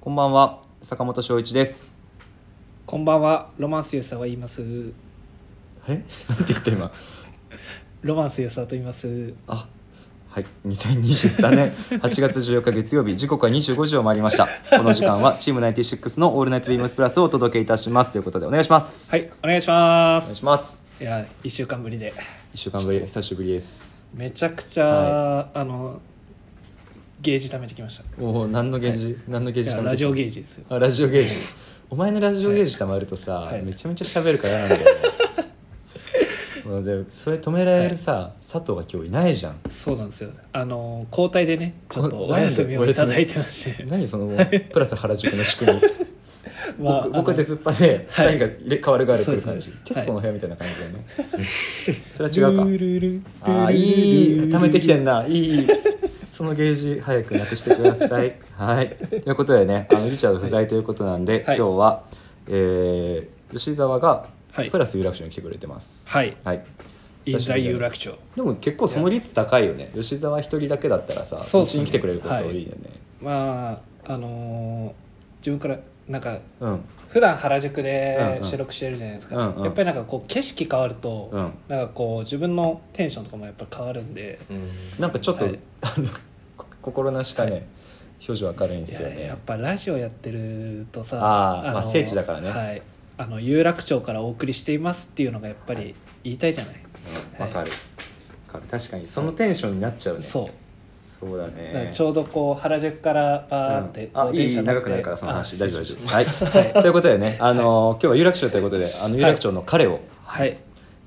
こんばんは坂本翔一ですこんばんは、ロマンスユーサーは言います。え なんて言った今ロマンスユーサーと言います。あはい2023年8月14日月曜日時刻は25時を回りましたこの時間はチーム96の「オールナイトビームスプラス」をお届けいたしますということでお願いしますはい、お願いしまお願いす。しますいや、一週間ぶりで、 1週間ぶり久しぶりですめちゃくちゃ、はあの。ゲージ貯めてきました。おお何のゲージ、何のゲーいジや貯めてきたラジオゲージですよ。あラジオゲージお前のラジオゲージたまるとさ、はいめちゃめちゃ喋るから嫌なんだよ ねもうでそれ止められるさ、佐藤が今日いない じゃんそうなんですよ。あの、交代でね、ちょっとこお休みおを休みいただいてまして。何そのプラス原宿の仕組みまあ僕あの僕は鉄っ端ではい何か入れ替わるがある来るそ感うでじすそうです徹子の部屋みたいな感じだよね それは違うかルルルルああいいルルルル貯めてきてん ないいいいそのゲージ早くなくしてくださいはいということでねあのリチャード不在ということなんで、はい今日は、えー吉沢がはいプラス有楽町に来てくれてますはい。はい、インザ有楽町町。でも結構その率高いよね吉沢一人だけだったらさそううっち、すねに来てくれること多はいいよね、まあ、あのー自分から、なんか。うん普段原宿うんうでん収録してるじゃないですか、うんうんやっぱりなんかこう景色変わると、うんなんかこう自分のテンションとかもやっぱ変わるんで、なんかちょっと、はいあのこ心なしかね、表情明るいんでいすやよねやっぱラジオやってるとさあーのまあ聖地だからねはい、あの有楽町からお送りしていますっていうのがやっぱり言いたいじゃない、うんわ、かるわかる確かにそのテンションになっちゃうねそう、そうだねだからちょうどこう原宿からバーってうんこあういいいい乗っ長てくなるからその話あ大丈夫大丈夫失礼しま はい、はいということでね、あのー今日は有楽町ということであの有楽町の彼をしたはい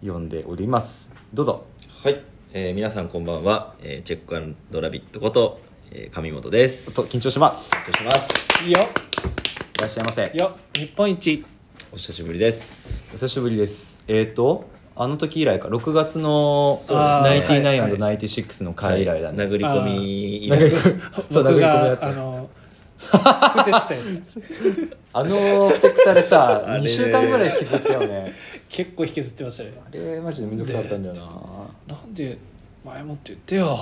呼んでおりますどうぞはい、えー、皆さんこんばんは、えー、チェックアンドラビットこと、えー、上本ですと緊張します緊張しますいいよいらっしゃいませいいよ日本一お久しぶりですお久しぶりですえっ、ー、とあの時以来か6月のそうナイですテねィナインナイティシックスの回以来だね、はい殴り込み以あ来ーそう殴り僕込みやっがたあの不徹たやつあのふてくされ さあれ2週間ぐらい引きずったよね結構引きずってましたねあれマジでめんどくさかったんだよななんで前もって言ってよ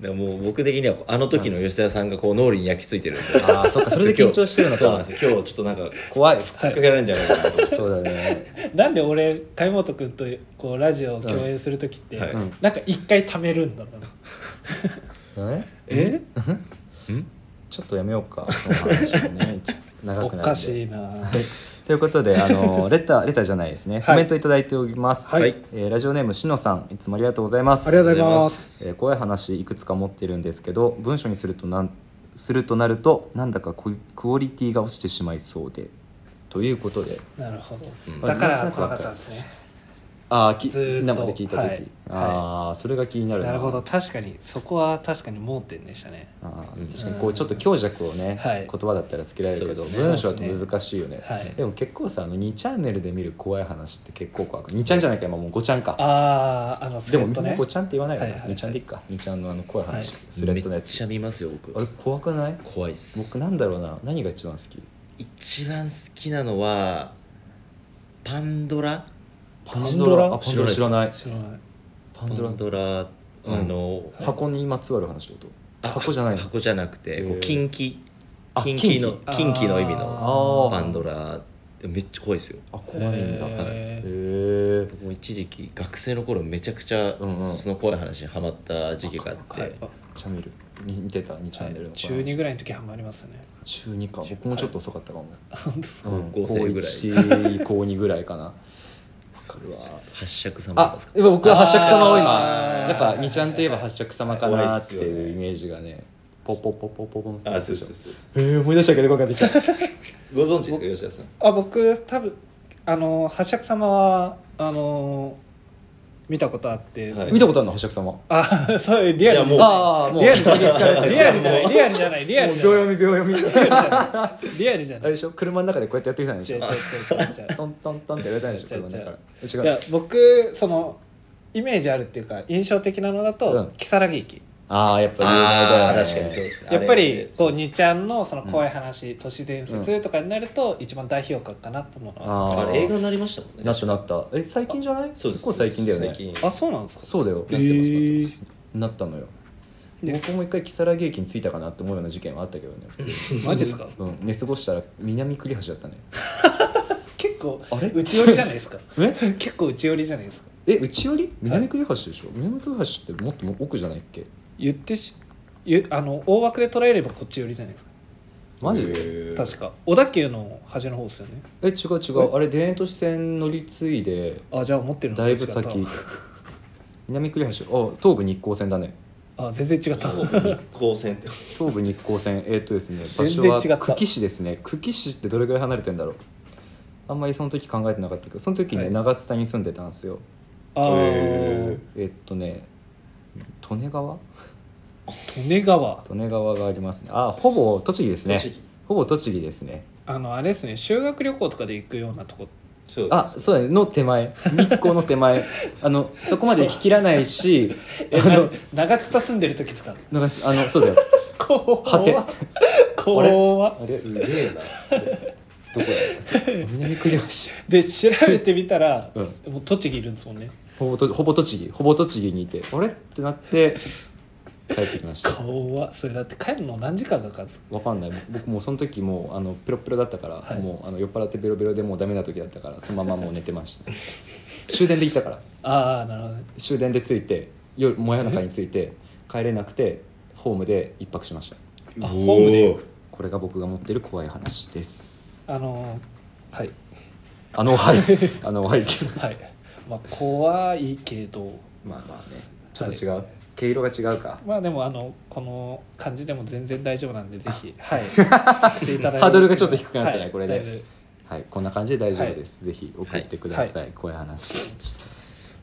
でもう僕的にはあの時の吉田さんがこう脳裏に焼き付いてるんで あーそっかそれで緊張してるのかそうなんですよ今日ちょっとなんか引っ怖い掛けられるんじゃないかなと思ってそうだね なんで俺貝本君とこうラジオを共演する時って、はいうんなんか一回貯めるんだろうな、ええちょっとやめようかその話をねちょっと長おくなるんでかしいなはいということであ のレターレターじゃないですね、いコメントいただいております、はいはいえーラジオネームしのさんいつもありがとうございますありがとうございありがとうございまますえー怖い話いくつか持ってるんですけど文章にするとなんするとなるとなんだかクオクオリティが落ちてしまいそうでということでなるほど、うんだから怖かったんですねああきずーっと生で聞いた時、はいああそれが気になるなるほど確かにそこは確かに盲点でしたねあーうん確かにこうちょっと強弱をね、はい言葉だったらつけられるけど、そうですね文章だと難しいよねはいでも結構さあの2チャンネルで見る怖い話って結構怖く2ちゃんじゃなきゃ今もう5ちゃんかあああのスでレもッみドんなね5ちゃんって言わないよはいねはい2ちゃんでいっか2ちゃんのあの怖い話はいスレッドのやつめっちゃあ見ますよ僕れ怖くない怖いっす僕なんだろうな何が一番好き一番好きなのはパンドラパンドラあパンドラ知らない知らないパンドララあの、箱にまつわる話ってことあ箱じゃないの箱じゃなくて、こへーう近畿あ近畿の近畿近畿の意味あーのパンドラめっちゃ怖いですよあ怖いんだへへえ僕も一時期学生の頃めちゃくちゃうんうんその怖い話にハマった時期があっわて、かるはいチャンネルに見てた2チャンネルの中2ぐらいの時はまりますよね中2か僕もちょっと遅かったかも本当ですかうん高生ぐらい1高2ぐらいかなそれは八尺様あですかやっぱ僕は八尺様を今あーやっぱ二ちゃんといえば八尺様かなって多いっすよいうねイメージがねポポポポポポンってあそうそうそうそうえー思い出したけど怖かったご存知ですか吉田さんあ僕多分あの八尺様はあの見たことあって、はい見たことあるの八尺様あそういうリアルじじゃゃああもうリアルじゃもなういリアルじゃないリアルじゃないリアルじゃな秒い読み秒読みリアルじゃあないれでしょ車の中でこうやってやってきたんでし違うょ違う違う違うトントントンってやられたんでしょ車の中違うかいら違やう僕そのイメージあるっていうか印象的なのだうとん如月駅ああやっぱ有名だよあねー確かにそうですねやっぱありれこう二ちゃんのその怖い話都市伝説とかになると一番代表格かなと思うのはああーれ映画になりましたもんねなったなったえ最近じゃないそう結です構最近だよね最近あそうなんですかそうだよえーなったのよね僕も一回如月駅に着いたかなって思うような事件はあったけどね普通に、 マジですかうん、寝過ごしたら南栗橋だったね結構あれ内寄りじゃない ですかえ結構内寄りじゃないですかえ内寄り南栗橋でしょ南栗橋ってもっと奥じゃないっけ言ってしゆあの大枠で捉えればこっち寄りじゃないですかマジでへー確か小田急の端の方ですよねえ違う違うあれ田園都市線乗り継いであじゃあ持ってるのだいぶどっちか先南栗橋あ東武日光線だねあ全然違った日光線って東武日光線えーっとですね場全所然は違った久喜市ですね久喜市ってどれぐらい離れてんだろうあんまりその時考えてなかったけどその時ね、はい長津田に住んでたんですよああへえーっとね利根川利根川利根川がありますねあほぼ栃木ですね栃木ほぼ栃木ですねあのあれですね修学旅行とかで行くようなとこそうあですそうだねの手前日光の手前あのそこまで引き切らないしえな長津田住んでる時ですかなんかあのそうだよ怖果てっ怖っあれどこすげえなだ南栗橋で調べてみたら、うもう栃木いるんですもんねほぼとほぼ栃木ほぼ栃木にいてあれってなって帰ってきました怖っそれだって帰るの何時間かかるんですかわかんない僕もうその時もうあのペロペロだったから、はいもうあの酔っ払ってベロベロでもうダメな時だったからそのままもう寝てました終電で行ったからああなるほどね終電で着いて夜真夜中に着いて帰れなくてホームで一泊しましたあホームでおこれが僕が持ってる怖い話ですあのーはいあの はいあのはいはいまあ怖いけどまあまあねちょっと違う、毛色が違うかまあでもあのこの感じでも全然大丈夫なんでぜひはいしていただいてハードルがちょっと低くなったねこれでだいぶはいこんな感じで大丈夫です、ぜひ送ってください、怖い話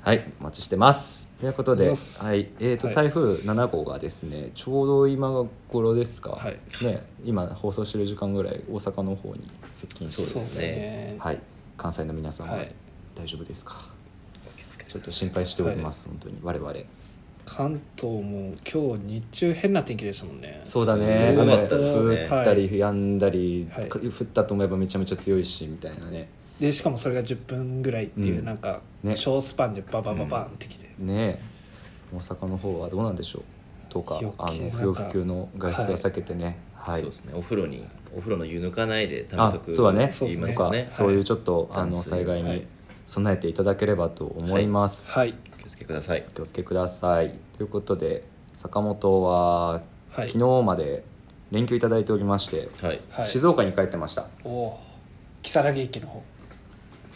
はいお待ちしてますということで、おは待ちしてますいえーとはい台風7号がですねちょうど今頃ですか、はいね、今放送してる時間ぐらい大阪の方に接近してそうますですねはい、関西の皆さんははい大丈夫ですか、気をつけてちょっと心配しております、本当に我々関東も今日日中変な天気でしたもんねそうだねすご雨か降ったですねったりやんだり、はいか降ったと思えばめちゃめちゃ強いしみたいなねでしかもそれが10分ぐらいっていう、うんなんかね小スパンでババババンってきて、ねえ大阪の方はどうなんでしょうとか余計あのなんか不要不急の外出は避けてね、はいそうですねお風呂にお風呂の湯抜かないで食べあとくそうだねそう言いですまねとすか、よそうねいうちょっと、はいあの断水災害はにい備えていただければと思います、はいお気をつけくださいお気をつけくださいということで坂本ははい昨日まで連休いただいておりまして、はいはい静岡に帰ってましたおおー如月駅の方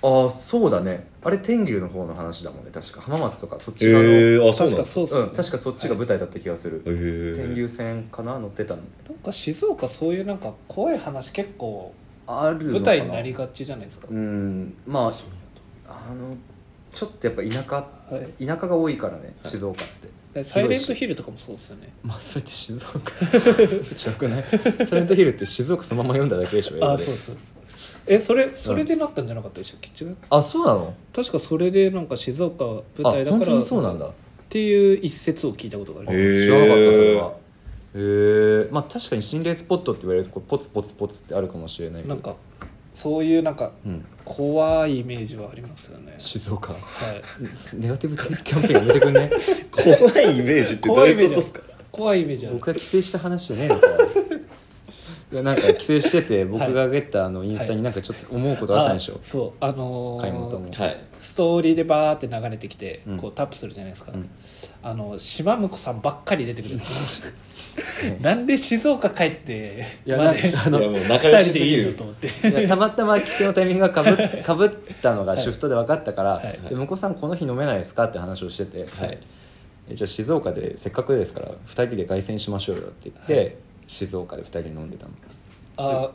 ああそうだねあれ天竜の方の話だもんね確か浜松とかそっえち側の、ー、あそうな確んでかすかそうっすよね、かそっちが舞台だった気がするへー線かな乗ってたのなんか静岡そういうなんか怖い話結構あるのかな舞台になりがちじゃないですかうんまああのちょっとやっぱ田舎はい田舎が多いからねはい静岡って、でサイレントヒルとかもそうですよねまあそれって静 岡違くないサイレントヒルって静岡そのまま読んだだけでしょ英語あでそうそうそうえそれそれでなったんじゃなかったでしたっけ違うあそうなの確かそれでなんか静岡舞あ台だから本当にそうなんだっていう一説を聞いたことがありあます、へー知らなかったそれはへえまあ確かに心霊スポットって言われるとこうポツポツポツってあるかもしれないけどなんかそういうなんかうん、怖いイメージはありますよ ね静岡はいネガティブキャンペーンやめてくんね怖いイメージってどう怖いイメいーうジはことですか怖いイメージある僕が帰省した話じゃねえのか いやなんか帰省してて僕が上げたあのインスタになんかちょっと思うことあったんでしょ、あそうあのー買い物ともはいストーリーでバーって流れてきて、うんこうタップするじゃないですか、うんあの島婿さんばっかり出てくるんですよ なんで静岡帰っていやまでなんかいあのやもう仲2良し人すでいぎいのると思っていやたまたま帰省のタイミングがかぶ っかぶったのがはいシフトで分かったから、はいで向こうさんこの日飲めないですかって話をしてて、はいえじゃあ静岡でせっかくですから2人で凱旋しましょうよって言って、はい静岡で2人で飲んでたのあ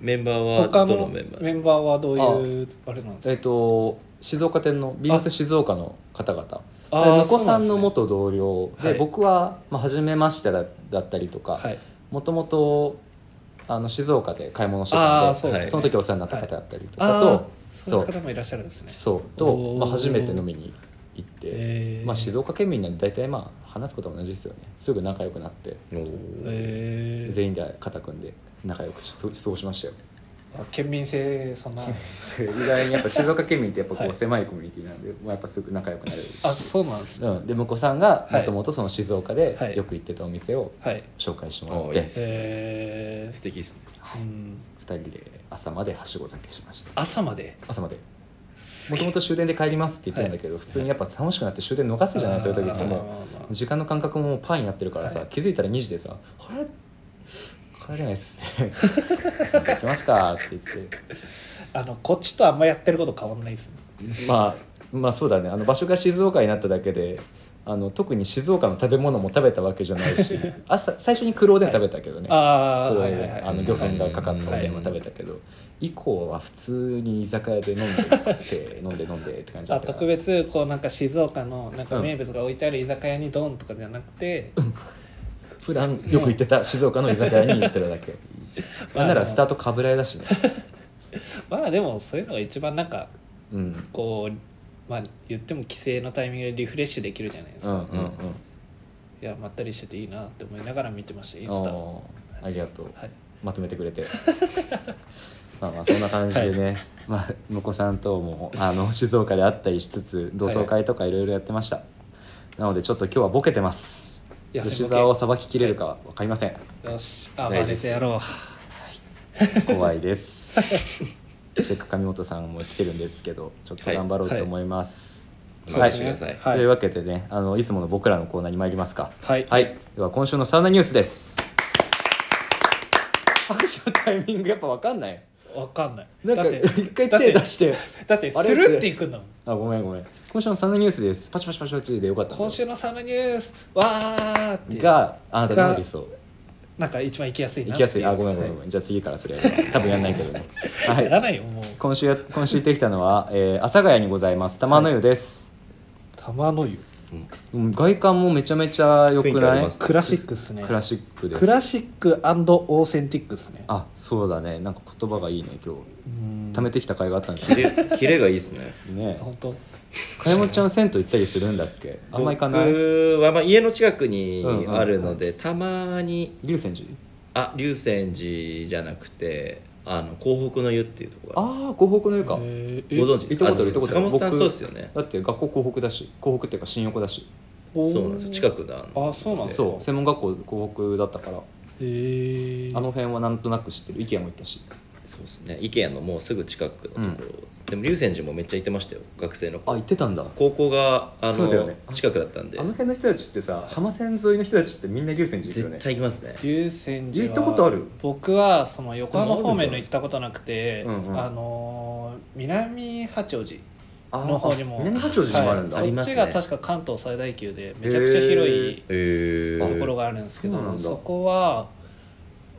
メンバーは他どののメメンンババーーはどういうあれなんですえかっ、と静岡店のビームス静岡の方々あーで向こうさんのそうなんで元同僚ではい僕は、まあ、初めましてだだったりとか、はいもともとあの静岡で買い物してあたあんでそうですね、その時お世話になった方だったりとかと、ああそそういうう方もいらっしゃるんですねそうおと、ーまあ、初めて飲みに行って、へーまあ、静岡県民なんで大体まあ話すことは同じですよねすぐ仲良くなっておーえー、全員で肩組んで仲良くし過ごしましたよ県民性そん な意外にやっぱ静岡県民ってやっぱこはうい狭いコミュニティなんで、もうやっぱすぐ仲良くなれる、あそうなんですねうん、で向こうさんがはいもともとその静岡はでいよく行ってたお店をはい紹介してもあらあっいいて、っすえ素敵ですねーうん、 2人で朝まではしご酒しました朝まで朝までもともと終電で帰りますって言ってたんだけど、普通にやっぱ楽しくなって終電逃すじゃないそういう時ってもうあー時間の感覚ももうパーになってるからさ、はい気づいたら2時でさ「あれ帰れないっす ね」なんか行きますか」って言っあのこっちとあんまやってること変わんないですねてまあまあそうだねあの場所が静岡になっただけであの特に静岡の食べ物も食べたわけじゃない し朝最初に黒おでん食べたけどね、ああこうはいはいはいあの魚魚粉がかかったおでんは食べたけど、以降は普通に居酒屋で飲んで食って飲んで飲んでって感じだあったから特別こうなんか静岡のなんかうん名物が置いてある居酒屋にドンとかじゃなくて、普段よく行ってた静岡の居酒屋に行ってるだけなんならスタートかぶらだしね、まあでもそういうのが一番なんかうん、こうまあ言っても帰省のタイミングでリフレッシュできるじゃないですうんか、うんいうんやまったりしてていいなって思いながら見てましたインスタはおーありがとういまとめてくれて まあまあそんな感じでね、まあ向こさんともあの静岡で会ったりしつつ同窓会とかいろいろやってました、なのでちょっと今日はボケてますいや吉沢をさばききれるかは分かりません、よし暴れてやろう怖いです チェック上本さんも来てるんですけどちょっと頑張ろうと思います、はいはい任せてくださいはいというわけでねあのいつもの僕らのコーナーに参りますかはい、はい、では今週のサウナニュースです。拍手のタイミングやっぱわかんない。わかんないなんかだって一回手出して。だってあれスルっていくんだもんあ、ごめんごめん。今週のサウナニュースです。パチパチパチパチでよかった。今週のサのニュースわーってがあなたの理想。なんか一番行きやすいな行っきてうやすい。あ、ごめんごめんごめん。じゃあ次からそれやるわ。多分やんないけどね。はやらい。ないよもう今週や今週行ってきたのは、えー、阿佐ヶ谷にございます玉の湯です、玉の湯うんうん外観もめちゃめちゃ良く雰囲気あなりいま。すクラシックっすねクラシックです。クラシックオーセンティックっすねあ、そうだね。なんか言葉がいいね今日。うん貯めてきた甲斐があったんですキレキレがいいですねね。本当かやもちゃん銭湯行ったりするんだっけあんま行かない僕はまあ家の近くにうんうんあるので、たまに龍泉寺あ龍泉寺じゃなくてあの港北の湯っていうところがあああります広北の湯かえご存知行ったことある行ったことある坂本さん僕そうですよねだって学校広北だし広北っていうか新横だしそうなんですよ近くだあそうなんですかそう専門学校広北だったからえあの辺はなんとなく知ってる IKEA も行ったしそうですね IKEA のもうすぐ近くのところ、でも龍泉寺もめっちゃ行ってましたよ学生のあ頃行ってたんだ高校があそうの、だよね近くだったんであの辺の人たちってさ浜線沿いの人たちってみんな龍泉寺行くよ絶ね対行きますね優先寺は行ったことある僕はその横浜方面の行ったことなくてうんうんあのー南八王子あーの方にも南八王子にもあるんだ、はあいりますねそっちが確か関東最大級でめちゃくちゃ広いへえところがあるんですけど、そうなんだそこは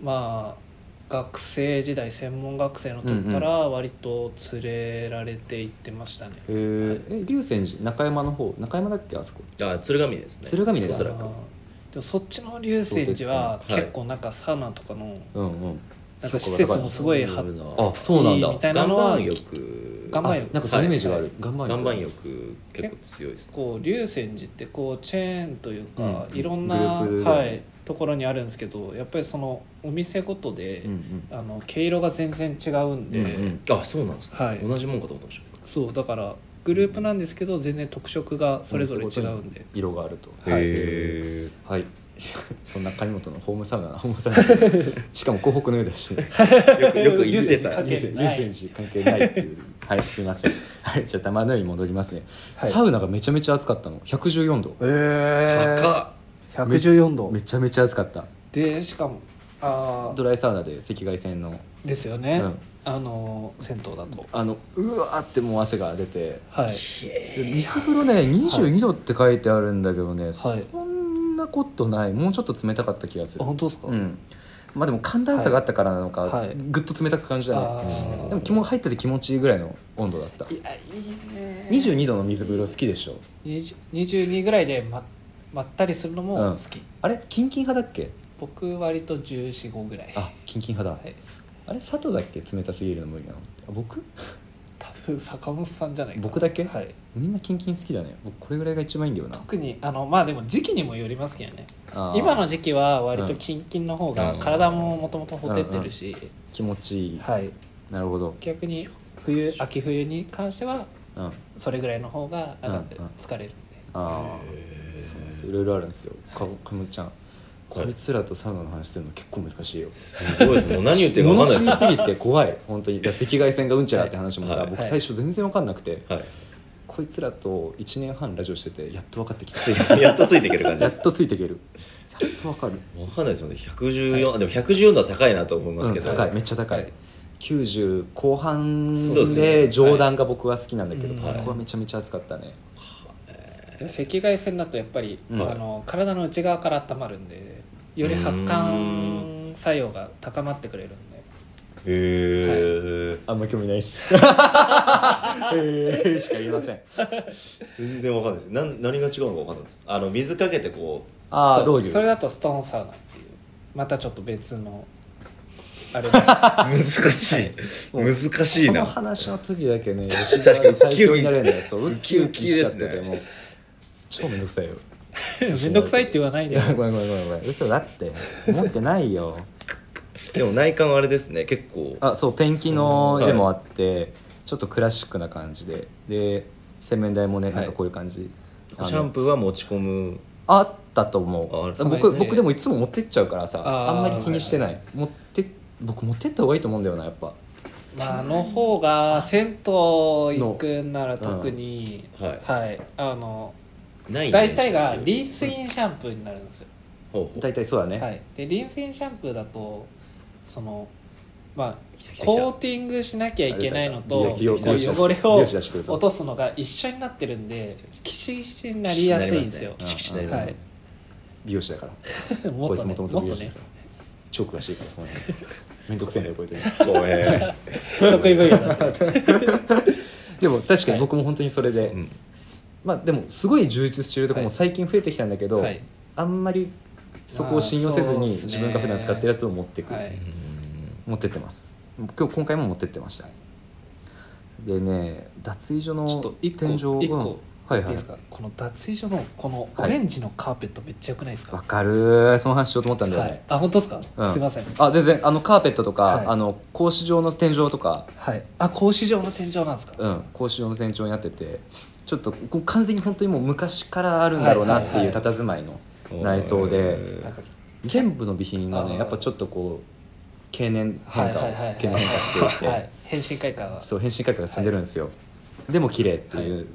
まあ学生時代専門学生の時から割と連れられて行ってましたね、へーえ龍泉寺中山の方中山だっけあそこあ鶴ヶ峰ですね鶴ヶ峰だおそらくあーでもそっちの龍泉寺はそうですねはい結構なんかサウナとかのうんうんなんか施設もすごいはああそうなんだいいみたいな岩盤浴岩あ盤浴なんかそのイメージがあはる岩盤岩浴盤浴結構強いですねこう龍泉寺ってこうチェーンというか、うんいろんな、グループではい、ところにあるんですけどやっぱりそのお店ごとで、うんうんあの毛色が全然違うんで、うんうんあそうなんですね、はい同じもんかと思ってましそうだからグループなんですけど全然特色がそれぞれ違うんで、色があるとたはいへはい そんな神本のホームサウナホームサウナしかも広北のようだしえよくよく言ってた関係流ない泉寺関係ないっていうはいすいませんはいじゃあ玉の湯に戻りますね、はいサウナがめちゃめちゃ暑かったの114度え高え114度めちゃめちゃ暑かったでしかもあドライサウナで赤外線のーですよね、うんあの銭湯だとあのうわーってもう汗が出てはいで水風呂ね22度って書いてあるんだけどね、はいそんなことないもうちょっと冷たかった気がすある本当ですか、うんまあでも寒暖差があったからなのか、はいぐっと冷たく感じたね、あーでも気も入ってて気持ちいいぐらいの温度だったいやいいね22度の水風呂好きでしょ20 22ぐらいでままったりするのも好き、あれキンキン派だっけ僕割と1415ぐらいあキンキン派だ、はい、あれ佐藤だっけ冷たすぎるの無理なのあ僕多分坂本さんじゃないかな僕だけはいみんなキンキン好きだね僕これぐらいが一番いいんだよな特にあのまあでも時期にもよりますけどねあー今の時期は割とキンキンの方がうん体ももともとほてってるし、気持ちいいはいなるほど、逆に冬秋冬に関してはうん、あそれぐらいの方が長くうんうん疲れるんで、あーそうなんですいろいろあるんですよかかむちゃんこいつらとサウナの話するの結構難しいよすごいですねもう何言ってるか分かんない物知りすぎて怖い本当にだから赤外線がうんちゃらって話もさ、はい僕はい最初全然分かんなくて、 でこいつらと1年半ラジオしててやっと分かってきたす、はい、やっとついていける感じやでっすとついていけるやっと分かる分かんないですよね114、でも114度は高いなと思いますけうど、ん高いめっちゃ高い、90後半そうですでね上段が僕は好きなんだけど、はいここはめちゃめちゃ暑かったね、赤外線だとやっぱり、うんあの体の内側から温まるんでより発汗作用が高まってくれるんでへえ、あんま興味ないっすえーしか言いません全然わかんないですなん何が違うのかわかんないですあの水かけてこああそロうウリュそれだとストーンサウナっていうまたちょっと別の あれがう 難しい難しいこのな話の次だけね吉沢が最強になれるんだよそうウウキキウウキキしでちゃっすてねてもう超めんどくさいよめんどくさいって言わないい でやごめんごめんごめんごめん嘘だって思ってないよでも内観はあれですね結構あそうペンキのはい絵もあって、ちょっとクラシックな感じでで洗面台もねなんかこういう感じ、あのシャンプーは持ち込むあったと思あうあそうです僕ね僕でもいつも持ってっちゃうからさああーんまり気にしてない、持って僕持ってった方がいいと思うんだよなやっぱまああの方が銭湯行くなら特に、のはいはいあのないイメージ大体がリンスインシャンプーになるんですよ、ほうほう大体そうだね、はい、でリンスインシャンプーだとそのま来たあ来た来たコーティングしなきゃいけないのと美容こう美容師だし汚れを美容師だしこれ落とすのが一緒になってるんでキシキシになりやすいんですよキシキシになりはますいね、美容師だからもこっいとつもねと ももっとと美容師だねから超詳しいからこ の辺めんどくせえんだよこういう時ごめん得意分野だった でも確かに僕も本当にそれで、 うんまあでもすごい充実してるとこもはい最近増えてきたんだけど、はいあんまりそこを信用せずまあにそうっすね自分が普段使ってるやつを持ってくる、はい持ってってます今日今回も持ってってましたでね脱衣所のちょっと天井一個一うん個はいいいはいですかこの脱衣所のこのオレンジのカーペットめっちゃよくないですか、わかるーその話しようと思ったんだよはね、い、あ本当ですか、うんすいませんあ全然あのカーペットとか、はいあの格子状の天井とかはいあ格子状の天井なんですか、うん格子状の天井になっててちょっとこう完全に本当にもう昔からあるんだろうなってはいいはういはい佇まいの内装で、なんか全部の備品があねーやっぱちょっとこう経年変化をはいはいはいはい経年変化していて、はい、変身会館はそう変身改革が進んでるんですよ、でも綺麗っていう、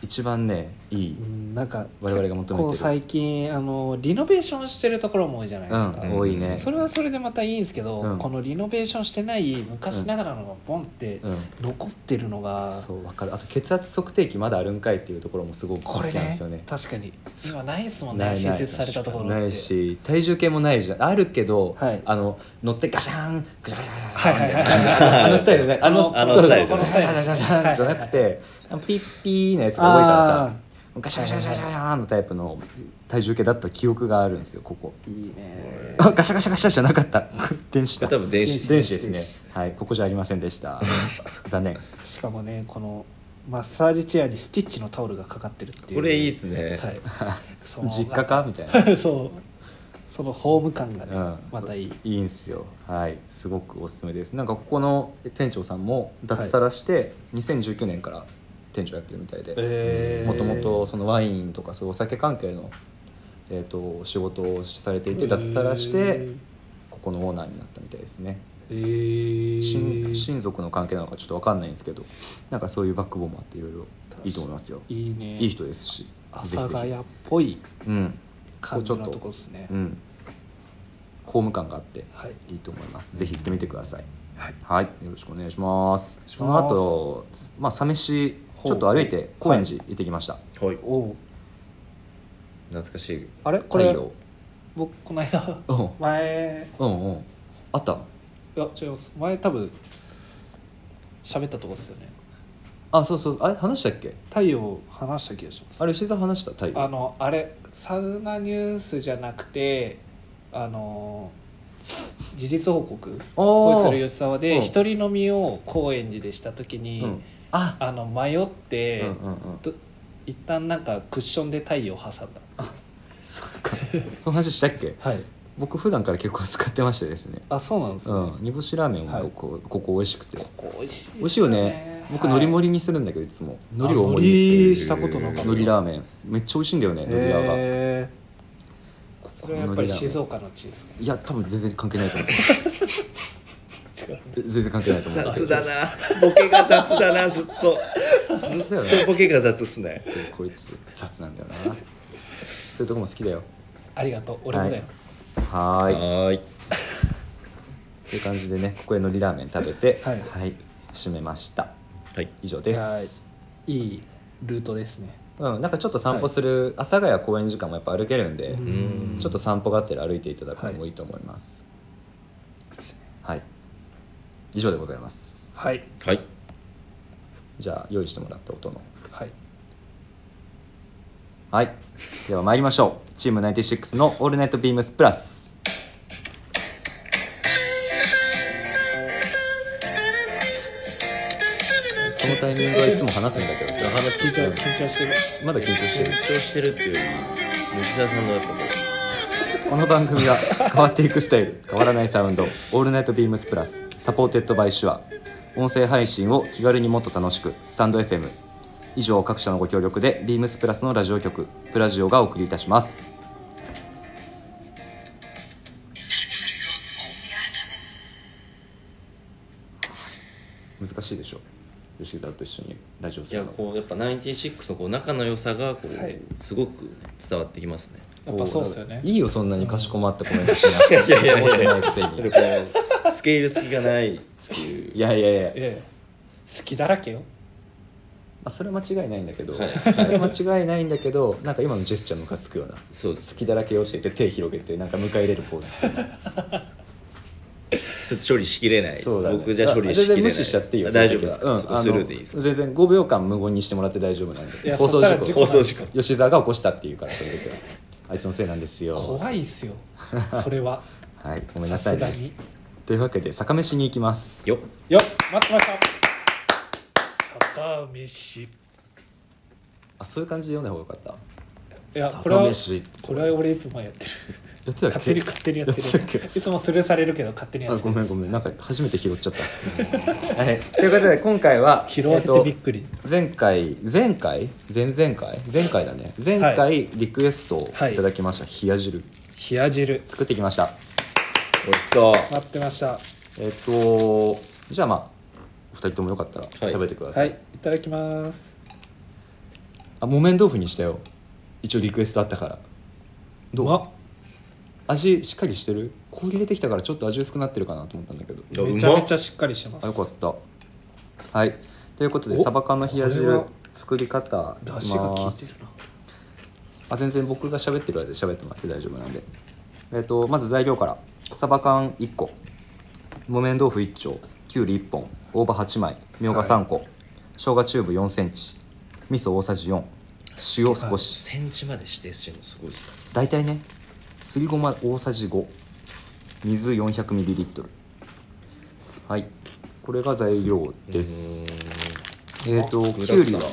一番ねいい、うんなんか我々が求めてる結構最近あのリノベーションしてるところも多いじゃないでうすか、ん、多いねそれはそれでまたいいんですけど、うんこのリノベーションしてない昔ながらのがボンってうん残ってるのが、そうわかるあと血圧測定器まだあるんかいっていうところもすごくこ好れきなんでねすよね確かに今ないですもんねない新ない設されたところってないし体重計もないじゃんあるけど、はいあの乗ってガシャンガシャンガシャンガシはャいンみたいなあはいはいのスタイルねあのあのそうそうあのスタイルじゃないガシャンガシャンガシャンガシャンじゃなくてあのピッピーのやつが多いからさあガシャガシャガシャガシャのタイプの体重計だった記憶があるんですよここーいいねあガシャガシャガシャじゃなかった 電子これだ多分電電子子電子ですねはいここじゃありませんでした残 念しかもねこのマッサージチェアにスティッチのタオルがかかってるっていうこれいいですね、はいその実家かみたいな そうそのホーム感がね、うんまたいいいいんすよはいすごくおすすめですなんかここの店長さんも脱サラして2019年から店長やってるみたいでえもともとそのワインとかそういうお酒関係の、えー、と仕事をされていて脱サラしてここのオーナーになったみたいですねえー親親族の関係なのかちょっと分かんないんですけどなんかそういうバックボーンもあっていろいろいいと思いますよいいねいい人ですし阿ぜひぜ佐ひヶ谷っぽいうん感じのとこですねうんホーム感があってはいいいと思いますぜひ行ってみてくださいはいはい、よろしくお願いします。しますその後、まあ、サメシ、ちほうょっと歩いて、高円寺行ってきました。はいおう懐かしいあれ太これ陽。僕この間 うん、前うん、うん。あった。いや違います前多分喋ったとこですよねあ、そうそう、あれ、話したっけ。太陽話した気がしますあれ、吉沢話した、太陽。ああのあれサウナニュースじゃなくてあの事実報告ー恋する吉沢うんで一人飲みを高円寺でした時に、うん。あ。あの迷って、うん、うん、うん。と一旦なんかクッションで太陽挟んだそっか。この話したっけ。はい僕普段から結構使ってましてですね、あそうなんですうね、ん、煮干しラーメンもはいここ,、ここ美味しくてここ美味しいです、ね、美味しいよね僕海苔り盛りにするんだけどいつも海苔をの盛りにりしたことなかった海苔ラーメンめっちゃ美味しいんだよね海苔ラーが、へーそれはやっぱり海苔ラーメン静岡の地ですねいや多分全然関係ないと 思う違う全然関係ないと思う雑だなボケが雑だなずっと雑だよねずっとボケが雑っすねこいつ雑なんだよなそういうとこも好きだよありがとう俺もだよ、ははーいっーいていう感じでねここへのりラーメン食べてはい締めましたはい以上です、はいいいルートですねうん、なんかちょっと散歩する、阿佐ヶ谷公園時間もやっぱ歩けるんで、んちょっと散歩があってら歩いていただくのもいいと思いますはい、以上でございますはいはいじゃあ用意してもらった音のはいはいでは参りましょうチーム96の「オールナイトビームスプラス」このタイミングはいつも話すんだけどさ話緊張緊張してるまだ緊張してる緊張してるっていうより吉田さんのやっぱここの番組は変わっていくスタイル変わらないサウンド「オールナイトビームスプラス」サポーテッドバイシュア音声配信を気軽にもっと楽しくスタンド FM 以上各社のご協力でビームスプラスのラジオ局プラジオがお送りいたします難しいでしょ吉沢と一緒にラジオういすやるのこうやっぱ96のこう仲の良さがこう、はいすごく伝わってきますねやっぱそうですよねいいよそんなにかしこまったコメントしなくていやいやい思ってやないくせにでこう スケール隙がないっていういやいやいやええ好きだらけよまあ、それは間違いないんだけど、はいそれは間違いないんだけどなんか今のジェスチャームカつくようなそうです好きだらけ落ちてて手広げてなんか迎え入れるポーズするのちょっと処理しきれないですそうだ、ね、僕じゃ処理しき全れない然無視しちゃっていいよあ大丈夫ですか、うんそこスルーでいいですあかの全然5秒間無言にしてもらって大丈夫なんいでや 放送そしたら事事故故放送事故吉沢が起こしたっていうからそれだけはあいつのせいなんですよ怖い ですよそれははいごめんなささいすね、がにというわけで酒飯に行きますよっよっ待ってました坂飯いあそういう感じで読んだ方がよかっやたこれは酒飯これは俺いつもやってるやってたっ勝手にけ勝手にやってやってたっけるいつもスルーされるけど勝手にやあってごるめんごめんなんか初めて拾っち ゃった、はい、ということで今回は拾われえてとびっくり前回前回前々回前回だね前回リクエストをいただきました、冷や汁冷や汁作ってきました美味しそう待ってましたえっ、とじゃあまあお二人ともよかったら食べてくださ、はいいいただきますあ木綿豆腐にしたよ一応リクエストあったからどううま味しっかりしてる氷出てきたからちょっと味薄くなってるかなと思ったんだけどやめちゃめちうまっゃしっかりしてますあよかったはいということでおサバ缶の冷やこれ汁は作り方いき出ます汁が効いてるなあ全然僕が喋ってる間で喋ってもらって大丈夫なんで、えー、とまず材料からサバ缶1個木綿豆腐1丁きゅうり1本大葉8枚みょうが3個、生姜チューブ4センチ味噌大さじ4塩少し、センチまで指定してるのすごいですね大体ねすりごま大さじ5水 400ml はいこれが材料ですえっ、ー、とあ具きだゅうくさんりだは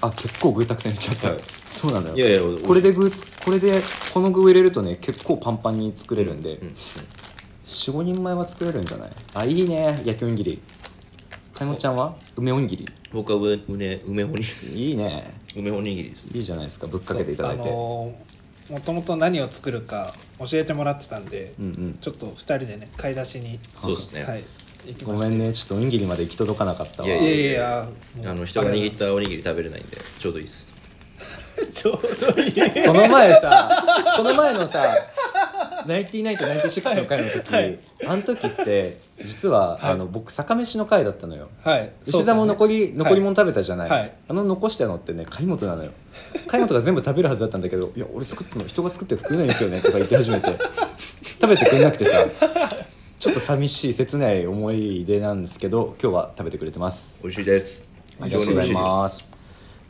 あ結構具沢山いっちゃった、はいそうなのよいやいやおこれで具つこれでこの具入れるとね結構パンパンに作れるんで、うん45人前は作れるんじゃないあいいね焼きおにぎりかいもちゃんは梅おにぎり僕は梅梅梅おにいいね梅おにぎりですいいじゃないですかぶっかけていただいて、あのーもともと何を作るか教えてもらってたんで、うんうんちょっと2人でね買い出しにそうですねはい行きごましめたんねちょっとおにぎりまで行き届かなかったわいやいやいやいやあの人が握ったおにぎり食べれないんでちょうどいいですたちょうどいいこの前さこの前のさナインティナインとナインティシックスの回の時、あの時って実は、あの僕酒飯の回だったのよはい牛座も残り、残り物食食べたじゃない、はいあの残したのってね貝本なのよ貝本が全部食べるはずだったんだけど「いや俺作ったの人が作って作れないんですよね」とか言って始めて 食べてくれなくてさちょっと寂しい切ない思い出なんですけど今日は食べてくれてます美味しいですあ非りが常とにうござい美味しいでます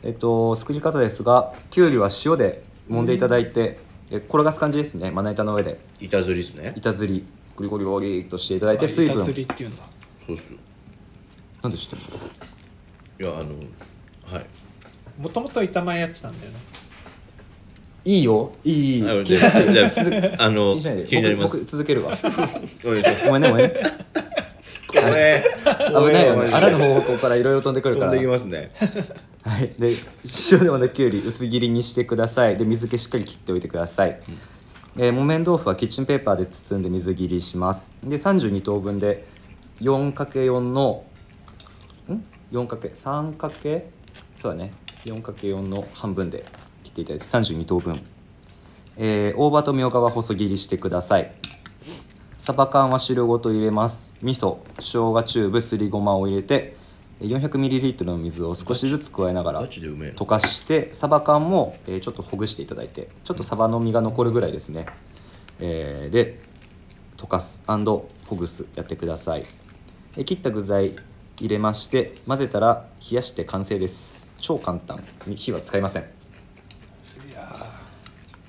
えっと作り方ですがきゅうりは塩で揉んでいただいて、え転がす感じですねまな板の上です板ずりですね板ずりゴリゴリゴリっとしていただいて水分釣りっていうんだそうっすよなんで知ってるのいやあのはいもともと板前やってたんだよねいいよいいいいあいじゃあじゃああ気のにしないで気になりま僕す僕続けるわお願いしますごめんねごめんねこれ 危ないよ おねおあらぬ方向からいろいろ飛んでくる飛かんらできますねはい、で塩でもなきゅうり薄切りにしてくださいで水気しっかり切っておいてください、えー木綿豆腐はキッチンペーパーで包んで水切りしますで32等分で 4×4 のん 4×3× かけそうだね 4×4 の半分で切っていただいて32等分、えー大葉とみょうがは細切りしてくださいサバ缶は汁ごと入れます味噌生姜チューブすりごまを入れて 400ml の水を少しずつ加えながらマジでうめえな溶かしてサバ缶も、えーちょっとほぐしていただいてちょっとサバの身が残るぐらいですね、えーで溶かすほぐすやってくださいで切った具材入れまして混ぜたら冷やして完成です超簡単火は使いませんいや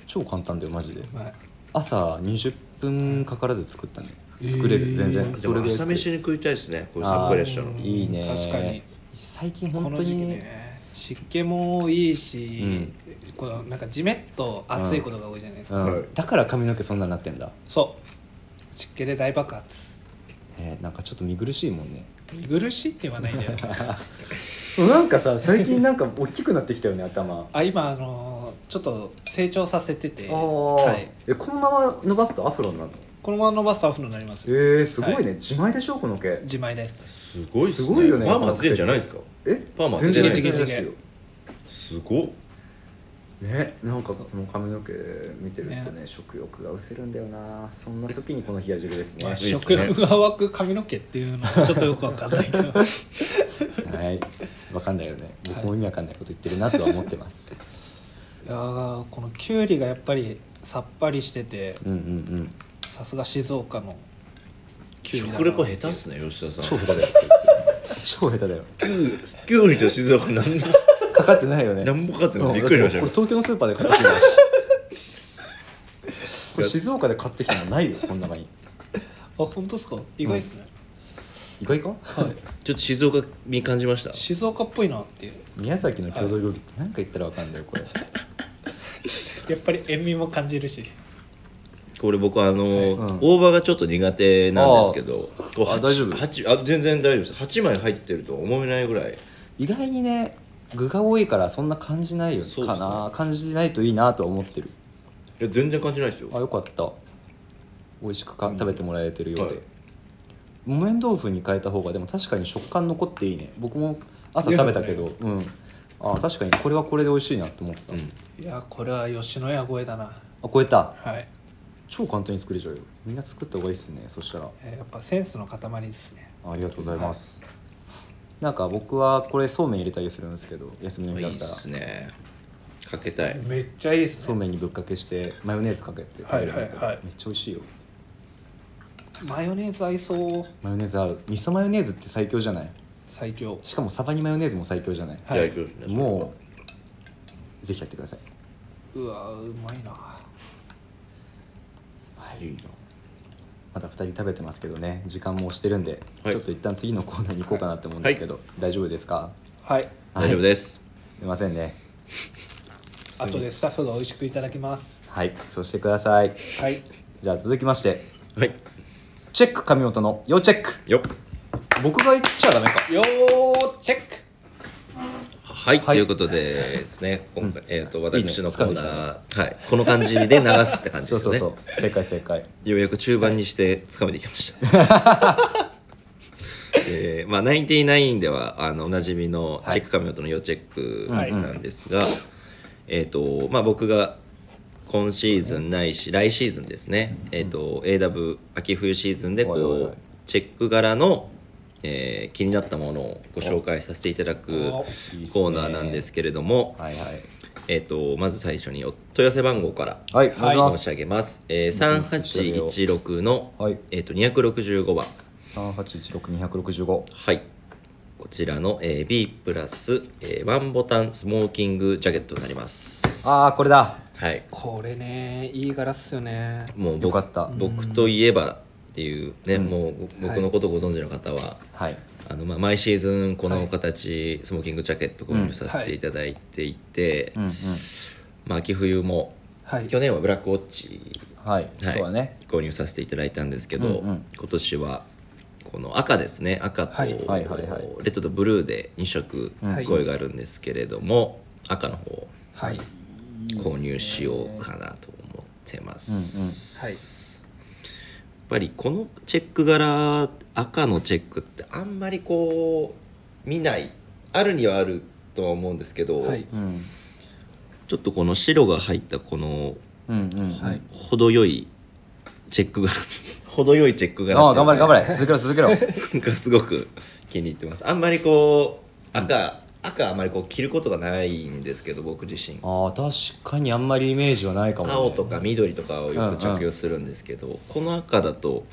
超簡単だよマジでーうまい朝20分かからず作ったねえー作れる全然でそれもで朝飯に食いたいですねこういうあーサッカレッシャーのいいね確かに最近こ本の当時期に、ね湿気も多いし、こうなんかじめっと暑いことが多いじゃないですうか、はいん、だから髪の毛そんなになってんだ、ねそう湿気で大爆発えなんかちょっと見苦しいもんね見苦しいって言わな いんだよなんかさ最近なんか大きくなってきたよね頭あ今あのーちょっと成長させてて、おーはい、えこのまま伸ばすとアフロになるのこのまま伸ばすとアフロになりますよえー、すごいね、自前でしょこの毛自前ですすごいっすすごいよねパーマ当ててんじゃないですかえパーマ全然ちげちげ珍ちげしいよすごっねなんかこの髪の毛見てるとねね食欲が失せるんだよなそんな時にこの冷や汁ですねまあ、いいです食ね欲が湧く髪の毛っていうのはちょっとよくわかんな いけどはいわかんないよね僕も意味わかんないこと言ってるなとは思ってます、いやーこのきゅうりがやっぱりさっぱりしててうんうんうんさすが静岡のきゅうりだな食レポ下手っすね吉田さ超ん下手だよ超下手だよきゅうりと静岡な んだかかってないよねなんぼかかってないうんびっくりしましただよってこれ東京のスーパーで買ってきたしこれ静岡で買ってきたのないよこんなにあ本当ですか意外ですね、意外か、ちょっと静岡に感じました静岡っぽいなっていう宮崎の郷土料理って何か言ったらわかんないよこれやっぱり塩味も感じるしこれ僕あの、うん大葉がちょっと苦手なんですけどこうあ八大丈夫八あ全然大丈夫です8枚入ってるとは思えないぐらい意外にね具が多いからそんな感じないよそうそうかな感じないといいなとは思ってるいや全然感じないですよあよかった美味しくか食べてもらえてるようで、はい木綿豆腐に変えた方がでも確かに食感残っていいね僕も朝食べたけどうんあ確かにこれはこれで美味しいなと思った、うんいやこれは吉野家越えだなあ超えたはい、超簡単に作れちゃうよみんな作った方がいいっすねそしたらえーやっぱセンスの塊ですねありがとうございます、なんか僕はこれそうめん入れたりするんですけど休みの日いだっいったらすねかけたいめっちゃいいでそうめんにぶっかけしてマヨネーズかけて食べるんだけどはいはいはいめっちゃ美味しいよマヨネーズ合いそうマヨネーズ合う味噌マヨネーズって最強じゃない最強しかもサバにマヨネーズも最強じゃないはいじゃあいくんですねもうぜひやってください、うわうまいなはいいなまだ2人食べてますけどね時間も押してるんで、はいちょっと一旦次のコーナーに行こうかなって思うんですけど、大丈夫ですかはい大丈夫ですすいませんねあとでスタッフが美味しくいただきますはいそうしてくださいはいじゃあ続きましてはいチェック神本の要チェックよっ僕が言っちゃダメかよーチェックはい、はいということでですね今回、えっ、といいね私のコーナ掴ーはいこの感じで流すって感 じそでうすそうねそう正解正解ようやく中盤にしてつかめてきました。 えーまあ、99ではあのおなじみのはいチェックカメオとの要チェックはいなんですが、えっ、と、まあ、僕が今シーズンないし、来シーズンですね、えっ、と、AW 秋冬シーズンでこう、おいおいおいチェック柄の、えー気になったものをご紹介させていただくおいいっすねコーナーなんですけれども、はいはいえっ、と、まず最初にお問い合わせ番号からはい、はいお願い申し上しげまます。えー、3816の、はいえっ、と265番。す三八一六二百六十五はい。こちらの、えー、B プラス、えー、ワンボタンスモーキングジャケットになります。ああこれだはい。これねいい柄っすよねもうよ僕かった僕といえばっていうね、うんもうはい僕のことご存知の方は、はいあのまあ、毎シーズンこの形、スモーキングジャケット購入させていただいていて、うんうんまあ、秋冬もはい去年はブラックウォッチはい、はいそうだね購入させていただいたんですけど、うんうん今年はこの赤ですね赤と、はいはいはいはいレッドとブルーで2色はい声があるんですけれども、赤の方をはい購入しようかなと思ってます、うんうんはいやっぱりこのチェック柄赤のチェックってあんまりこう見ないあるにはあるとは思うんですけど、はいうんちょっとこの白が入ったこのうんうん、はい程よいチェック柄程よいチェック柄ああ頑張れ頑張れれ続けろ続けろ がすごく気に入ってますあんまりこう赤赤あんまりこう着ることがないんですけど僕自身あー確かにあんまりイメージはないかも、ね、青とか緑とかをよく着用するんですけど、この赤だと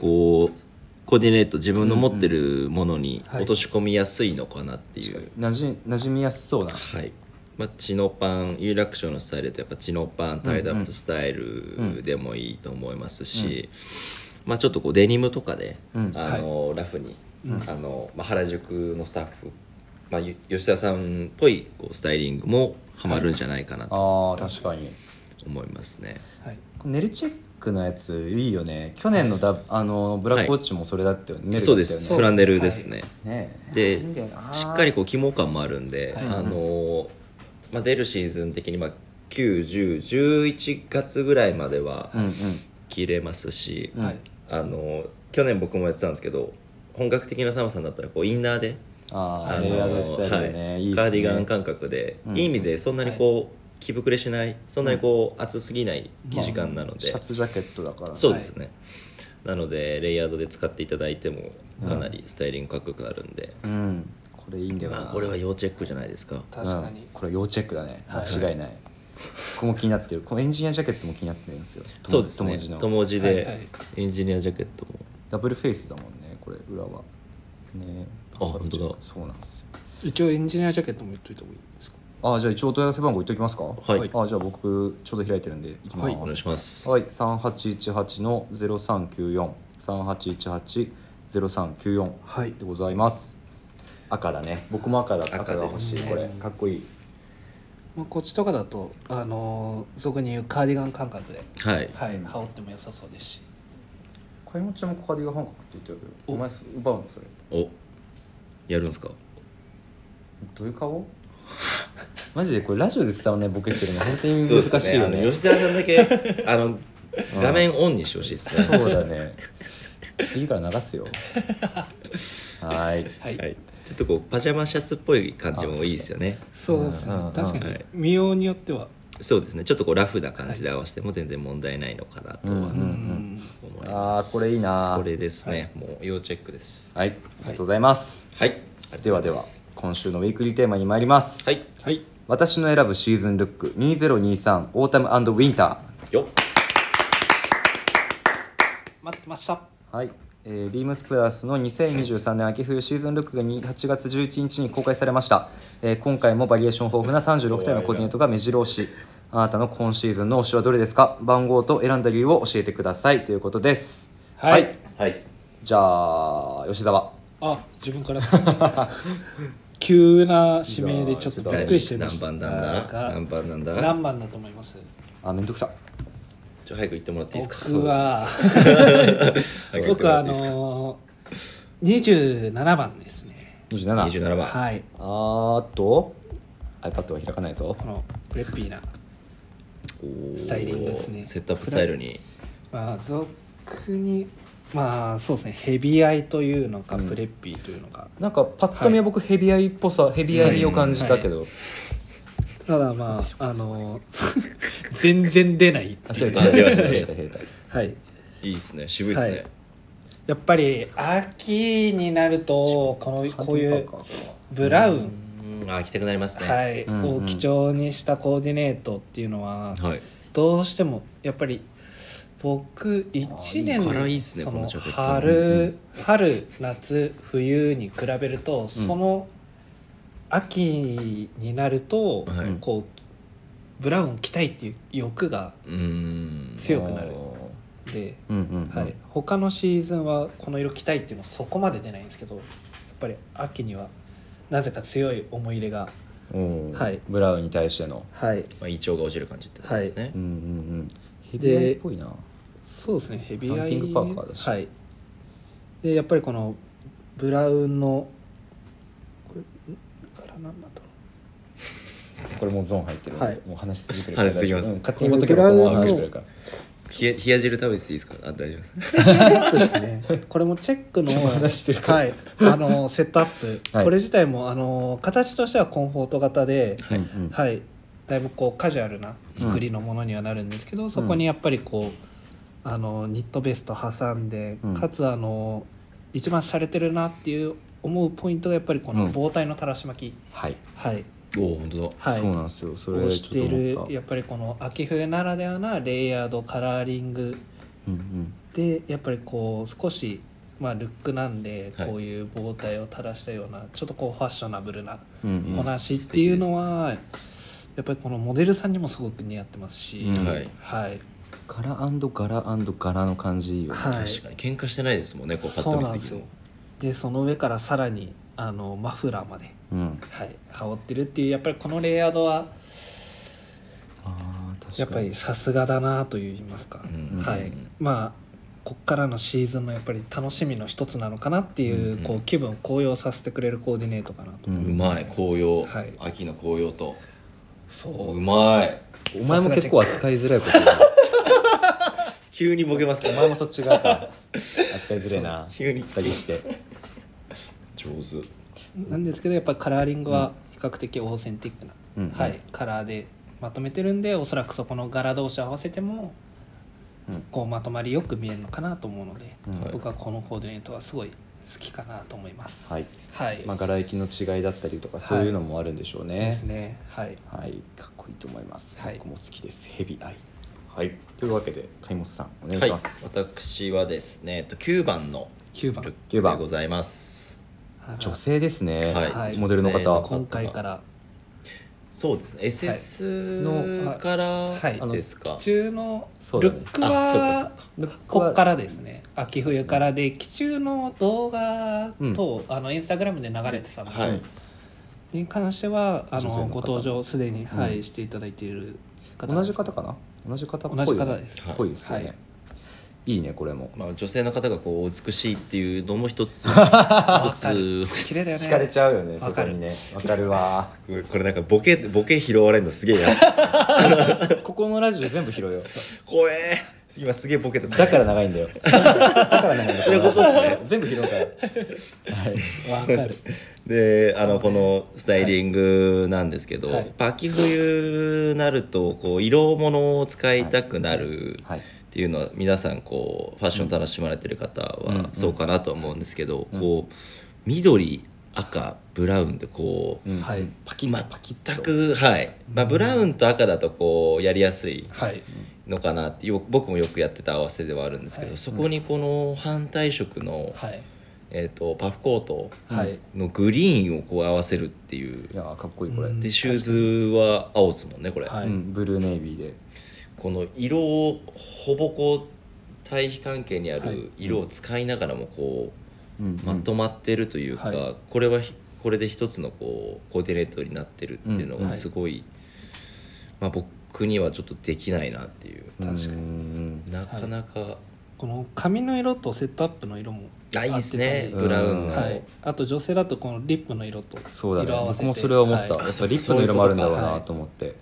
こうコーディネート自分の持ってるものにはい落とし込みやすいのかなっていう、なじ馴染みやすそうなはいまあ、チノパン有楽町のスタイルだとやっぱチノパンタイドアップスタイルでもいいと思いますし、まあ、ちょっとこうデニムとかで、うんあのラフに、あのまあ、原宿のスタッフ、まあ、ゆ吉田さんっぽいこうスタイリングもハマるんじゃないかなとあー確かに思いますね。はいネルチェックのやついいよね去年のダ、あのブラックウォッチもそれだったよね、ネルだそうったでよねす、そうフランネルですね、ねえでいいんだよなしっかりこう肝感もあるんで、はいあのーまあ、出るシーズン的にまあ91011月ぐらいまではうんうん着れますし、うんはいあのー去年僕もやってたんですけど本格的な寒さんだったらこうインナーで、あああのレイヤードスタイルでね、、はいいいっすねカーディガン感覚で、うんいい意味でそんなにこう、着膨れしないそんなにこう暑すぎない生地感なのシで、ャツジャケットだからそうですね、なのでレイヤードで使っていただいてもかなりスタイリングかっこよくなるんで、うんこれいいんだよな、まあ、これは要チェックじゃないですか確かうにん、これ要チェックだねはい間違いない、ここも気になってるこのエンジニアジャケットも気になってるんですよともそうですねともじのともじはいはいでエンジニアジャケットもダブルフェイスだもんねこれ裏はねあ本当だそうなんですよ一応エンジニアジャケットも言っといた方がいいですかあじゃあ一応お問い合わせ番号言っときますかはいあじゃあ僕ちょうど開いてるんでいきます、はいお願いしますはい、三八一八のゼロ三九四、三八一八ゼロ三九四はいでございます。赤だね。僕も赤だ。赤赤が欲しい、ですねこれ。かっこいい。まあ、こっちとかだとあのー俗に言うカーディガン感覚で、はいはい、羽織っても良さそうですし買い持ちもカーディガン半角って言ってるけど、おお前奪うのそれ。おやるんですかどういう顔？ マジでこれラジオで伝わんないボケしてるの本当に難しいよあのね。吉田さんだけ あの画面オンにしてほしいですねそうだ ね。次から流すよ。はい。はい、はいちょっとこうパジャマシャツっぽい感じもいいですよねそうですねうんうんうん確かはにい見ようによっては、そうですねちょっとこうラフな感じで合わせても全然問題ないのかなうとはんうん思いうんまあすーこれいいなこれですねもう要チェックですはい。ありがとうございます。はいではでは今週のウィークリーテーマに参ります。はいはい私の選ぶシーズンルック2023オータムウィンタよっ待ってましたーはい、えー、ビームスプラスの2023年秋冬シーズンルックがに8月11日に公開されました、えー今回もバリエーション豊富な36体のコーディネートが目白押しあなたの今シーズンの推しはどれですか番号と選んだ理由を教えてくださいということですはいはいじゃあ吉沢あ自分からですか 急な指名でちょっとびっくりしてま何した番なんだが何番なんだ何番だと思いますあめんどくさちょ早く言ってもらっていいですか僕 は 早く言って僕もはあらっていいですかのー、27番ですね27 27番はいあーっと iPad は開かないぞこのプレッピーなおースタイリングですねセットアップスタイルにまあ俗にまあそうですねヘビアイというのか、うんプレッピーというのかなんかパッと見は僕ヘビアイっぽさ、ヘビアイ味を感じたけど、ただまああの 全然出ないってあいう出かた出ました出ました出ましたはいいいですね渋いですねはいやっぱり秋になるとこのこういうブラウン、うーんあ着たくなりますねはいうんうんを基調にしたコーディネートっていうのははいどうしてもやっぱり僕1あーいいカラーいいっ年すねそこののジャケット春春夏冬に比べるとその秋になるとはいうんこうブラウンを着たいっていう欲がうーん強くなるで、うんうんうんはい、他のシーズンはこの色着たいっていうのはそこまで出ないんですけどやっぱり秋にはなぜか強い思い入れがうんはいブラウンに対してのはいまあ、胃腸が落ちる感じってことですね、うんうんうんヘビアイっぽいなそうですねヘビラアンイキングパーカーだしはいでやっぱりこのブラウンのこれ柄なんだとこれもうゾーン入ってる、はいもう話し続ける話し続けますうん勝手に持ってけばこれもうブラウンの話してくれるから冷や冷や汁食べてていいですかあ大丈夫ですチェックですね これもチェックのちょっと話してるからはいあのセットアップ、 はいこれ自体もあの形としてはコンフォート型で、うんうんはい、だいぶこうカジュアルな作りのものにはなるんですけど、そこにやっぱりこうあのニットベスト挟んで、うんかつあの一番洒落てるなっていう思うポイントがやっぱりこうのん防体のたらし巻き、はい、はいおお本当だはいそうなんですよそれをちしてょっとる思ったやっぱりこの秋冬ならではなレイヤードカラーリングうんうんでやっぱりこう少し、まあ、ルックなんではいこういう棒体を垂らしたような、ちょっとこうファッショナブルなうんうこんなしっていうのは、やっぱりこのモデルさんにもすごく似合ってますし、うんはいはい、柄柄柄の感じいいよねはい確かに喧嘩してないですもんねこうパッそとう見なんたで時すよもでその上からさらにあのマフラーまで、うんはい、羽織ってるっていうやっぱりこのレイヤードはあー確かにやっぱりさすがだなと言いますか、うんはい、まあこっからのシーズンのやっぱり楽しみの一つなのかなっていう,、うんこう気分を高揚させてくれるコーディネートかなうと、うんんうまい紅葉、はい秋の紅葉とそううまいお前も結構扱いづらいこと言うな急にボケますおね前もそっち側か扱いづらいな急に二人して上手なんですけどやっぱりカラーリングは比較的オーセンティックな、うんうんはい、カラーでまとめてるんでおそらくそこの柄同士合わせてもうんこうまとまりよく見えるのかなと思うので、うん僕はこのコーディネートはすごい好きかなと思いますはい、はいまあ柄行きの違いだったりとかそういうのもあるんでしょうでねすねはいはいかっこいいと思いますはい僕も好きですヘビアイはいというわけで貝本さんお願いはしいます私はですねえっと9番の9ル番九ック番でございますあら女性ですねはいはいモデルの女方性今回からそうですね SS ののからはいあのですか、機中のそうだねルックあそうかそうはかルックこはっからですね秋冬からで機中の動画と、あのインスタグラムで流れてたので、はいに関してはあ女性のの方ご登場すでに、はうんい、していただいている方同じか方かな同じ方っぽい同じよね方ですっぽいですよはねいいねこれもまあ、女性の方がこう美しいっていうのも一 つわ一かるつ綺麗だよね惹かれちゃうよねそわこかるにねわかる わこれなんかボケボケ拾われるのすげえやここのラジオ全部拾うよ怖え今すげえボケ ただから長いんだよだから長いんだよそういうことですね全部拾うからはいわかるであのこのスタイリングなんですけど、はいやっぱ秋冬になるとこう色物を使いたくなるはいっていうのは皆さんこうファッション楽しまれてる方うんはそうかなとは思うんですけど、うんこう緑赤ブラウンでこう、うんはいパキマキッと全くはい、まあ、ブラウンと赤だとこうやりやすいはいのかなってよ僕もよくやってた合わせではあるんですけど、はいそこにこの反対色の、はいえー、とパフコートはいのグリーンをこう合わせるっていういやーかっこいいこれ、うんでシューズは青ですもんねこれ、はいうん、ブルーネイビーでこの色をほぼこう対比関係にあはいる色を使いながらもこうんうまとまってるというか、はこれはひこれで一つのこうコーディネートになってるっていうのうんがはいすごい、まあ、僕にはちょっとできないなっていう確かにになかなか、この髪の色とセットアップの色もあいいです合っねてたうんりブラウンの、はい、あと女性だとこのリップの色とそうだね色合わせて僕もそれは思った、はいやっぱリップの色もあるんだろうそういうことかはないと思って、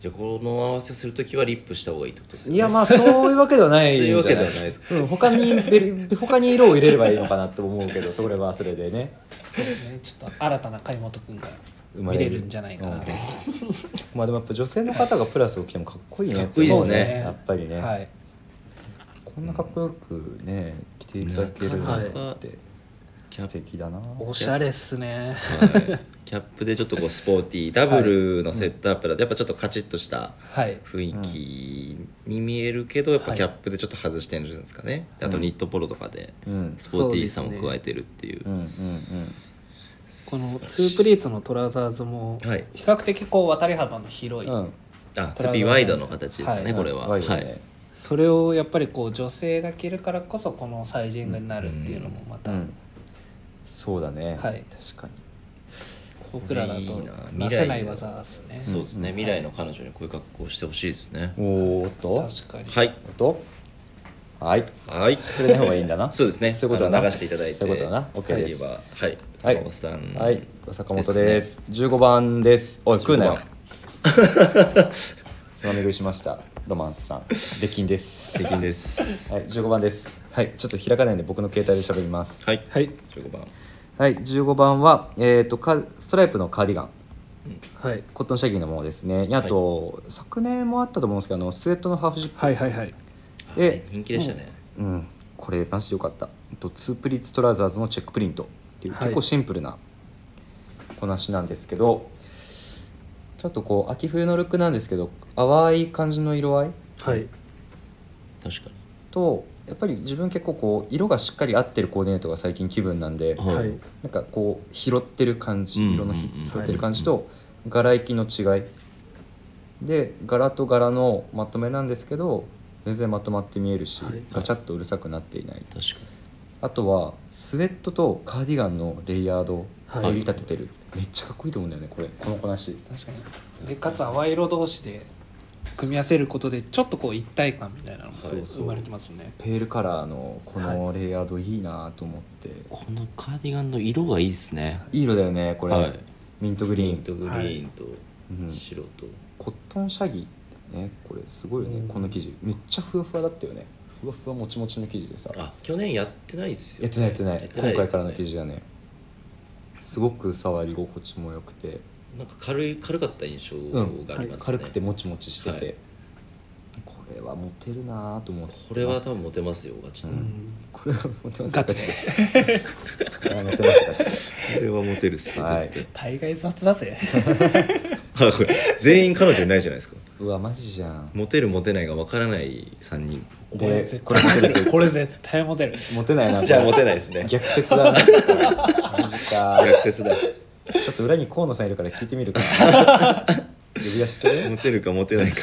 じゃあこの合わせする時はリップした方がいいってことですい、ねやまあ そういうわけではないんそうじゃいなうわいけではないですうん、他にベル他に色を入れればいいのかなって思うけどそれはそれでねそうですねちょっと新たな貝本くんが生ま見れるんじゃないかなうんまあでもやっぱ女性の方がプラスを着てもかっこいいねかっこいいですねそうやっぱりね、はいこんなかっこよくね着ていただけるなんて、はい素敵だなおしゃれっすねはいキャップでちょっとこうスポーティーダブルのセットアップだとやっぱちょっとカチッとしたはい雰囲気に見えるけどやっぱキャップでちょっと外してるんですかね、あとニットポロとかでうんスポーティーさも加えてるっていううんうんこのツープリリーツのトラウザーズもはい比較的こう渡り幅の広い、うんうんあツーピーワイドの形ですかね、はいこれは、ワイドはねいそれをやっぱりこう女性が着るからこそこのサイジングになるっていうのもまうた、んそうだね、はい確かに僕らだいいとな出せない技ですねそうですね、未来の彼女にこういう格好をしてほしいですね、おーっと確かにはいおっとはいはい触れない方がいいんだな そうですねそういうことだなあの流していただいてそういうことだな OK ですはいはいはい坂本さんはい坂本でです15番ですおい食うなよ15番つまみ食いしましたロマンスさん出禁です素敵ですはい15番ですはいちょっと開かないんで僕の携帯で喋りますはいはい15番はい15番はえっ、とかストライプのカーディガンはいコットンシャギーのものですねあと、昨年もあったと思うんですけどあのスウェットのハーフジップはいはいはいで人気でしたね、うん、これマジでよかったえっとツープリッツトラウザーズのチェックプリントっていうはい結構シンプルなこなしなんですけど、ちょっとこう秋冬のルックなんですけど淡い感じの色合いはい確かとやっぱり自分結構こう色がしっかり合ってるコーディネートが最近気分なんで、はいはいなんかこう拾ってる感じうん色のひうん拾ってる感じと柄行きの違いで柄と柄のまとめなんですけど全然まとまって見えるし、はいガチャッとうるさくなっていないに確かあとはスウェットとカーディガンのレイヤードをはい襟立ててる、めっちゃかっこいいと思うんだよねこれこのこなし確かにでかつ淡い色同士で組み合わせることでちょっとこう一体感みたいなのがそうそう生まれてますねペールカラーのこのレイヤードいいなと思って、このカーディガンの色がいいですねい、い色だよねこれ、はいミントグリーンピンとグリーンうんと白と、コットンシャギねこれすごいよね、うんこの生地めっちゃふわふわだったよねふわふわもちもちの生地でさあ去年やってないですよやってないやってないやってな今いで回すかよらねの生地がねすごく触り心地も良くて、なんか軽い軽かった印象うんがありますね、軽くてもちもちしてて、はいこれはモテるなと思ってますこれは多分モテますよガチで、ううんこれはモテますガチでガチではいモテますガチでこれはモテるっすよはい絶大概雑だぜ対あこれ全員彼女いないじゃないですかうわマジじゃんモテるモテないがわからない3人ここれれ絶対モテるこれ絶対モテるモテないなじゃあこれモテないですね逆説だなマジか逆説だちょっと裏に河野さんいるから聞いてみるか呼び出しするモテるかモテないか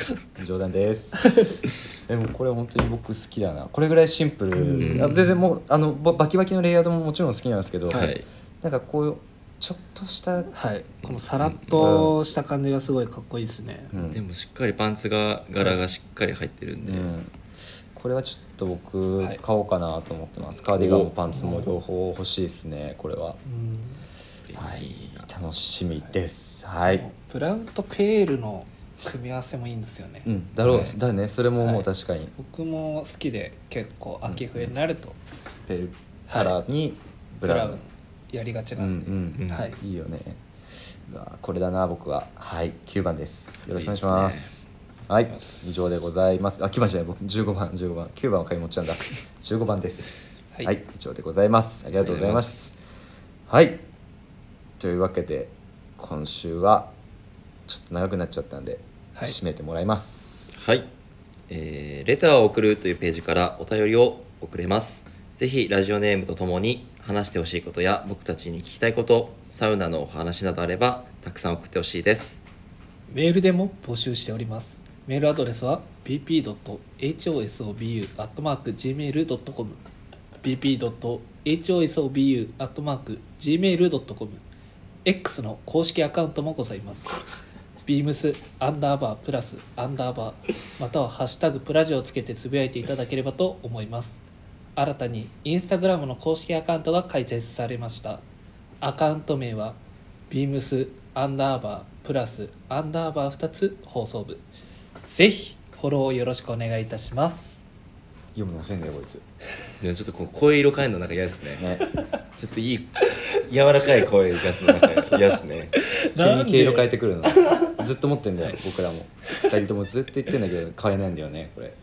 冗談ですでもこれ本当に僕好きだなこれぐらいシンプル、うんあ全然もうあのババキバキのレイヤードももちろん好きなんですけど、はいなんかこうちょっとした、はいこのさらっとした感じがすごいかっこいいですねうんでもしっかりパンツが柄がしっかり入ってるんうで、んこれはちょっと僕はい買おうかなと思ってます、カーディガンもパンツも両方欲しいですねこれはうんはい楽しみですはい、ブラウンとペールの組み合わせもいいんですよね、うん、だろう、はいだねそれももはうい確かに、僕も好きで結構秋冬になるとペルカラーにブブララウン、ウンやりがちうなんで、んうん、はいいいよねうわこれだな僕ははい9番ですよろしくお願いしますいいっはいお願いします以上でございますあ9番じゃない僕15番15番9番は買い持ちなんだ15番ですは、はいい以上でございますありがとうございますはいというわけで今週はちょっと長くなっちゃったんで、はい締めてもらいますはい、えーレターを送るというページからお便りを送れますぜひラジオネームとともに話してほしいことや僕たちに聞きたいことサウナのお話などあればたくさん送ってほしいですメールでも募集しておりますメールアドレスは bp.hosobu.gmail.com bp.hosobu.gmail.com X の公式アカウントもございます。beams アンダーバープラスアンダーバーまたはハッシュタグプラジをつけてつぶやいていただければと思います。新たにインスタグラムの公式アカウントが開設されました。アカウント名は beams アンダーバープラスアンダーバー2つ放送部。ぜひフォローをよろしくお願いいたし ます。読むのせんだよこいつねちょっとこの声色変えるのなんか嫌です ねねちょっといい柔らかい声出すのなん か嫌ですね急に毛色変えててくるのずっと持ってんだよ僕らも2人ともずっと言ってんだ けど買えないんだよねこれや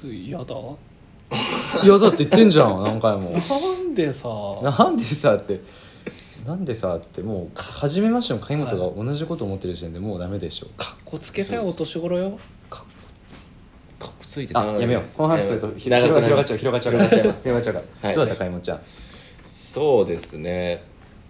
だいやだって言ってんじゃん何回もなんで さなんでさってなんでさってもう初めましての貝本が同じこと思ってる時点でもうダメでしょかっこつけたいお年頃よかかっこついてあやめようこの話するとひ長広くが広がっなりますちゃう広がっちゃう広がっちゃいます広がっちゃうから、はいどうだった貝本ちゃんそうですね、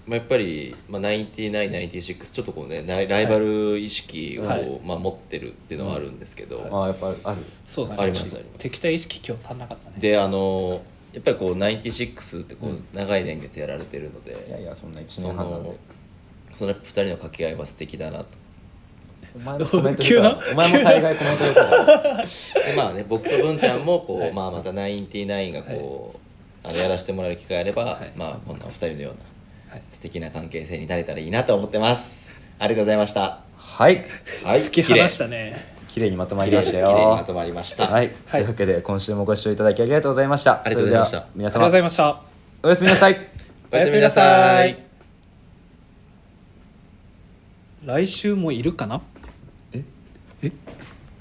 まあ、やっぱり、まあ、9996ちょっとこうねライライバル意識を、はいまあ、持ってるっていうのはあるんですけど、ああやっぱあるそうだねありますちょっとあります敵対意識今日足んなかったねであのやっぱりこう96ってこううん長い年月やられてるので、いやいやそんな1そ年半なんのでその2人の掛け合いは素敵だなとお 前もコメント入れたら急なお前も大概コメント入れ たからでまあね僕と文ちゃんもこう、はいまあまたナインティナインがこう、あのやらせてもらえる機会あれば、はいまあこんなお二人のようなはい素敵な関係性になれたらいいなと思ってますありがとうございましたはいはい 突き放綺麗したね綺麗にまとま綺り麗まにした綺麗にまよとまりました、はい、というわけで今週もご視聴いただきありがとうございましたありがとうございましたそれでは皆ありがとうご様ざいましたおやすみなさいおやすみなさおやすみなさいい来週もいるかなええ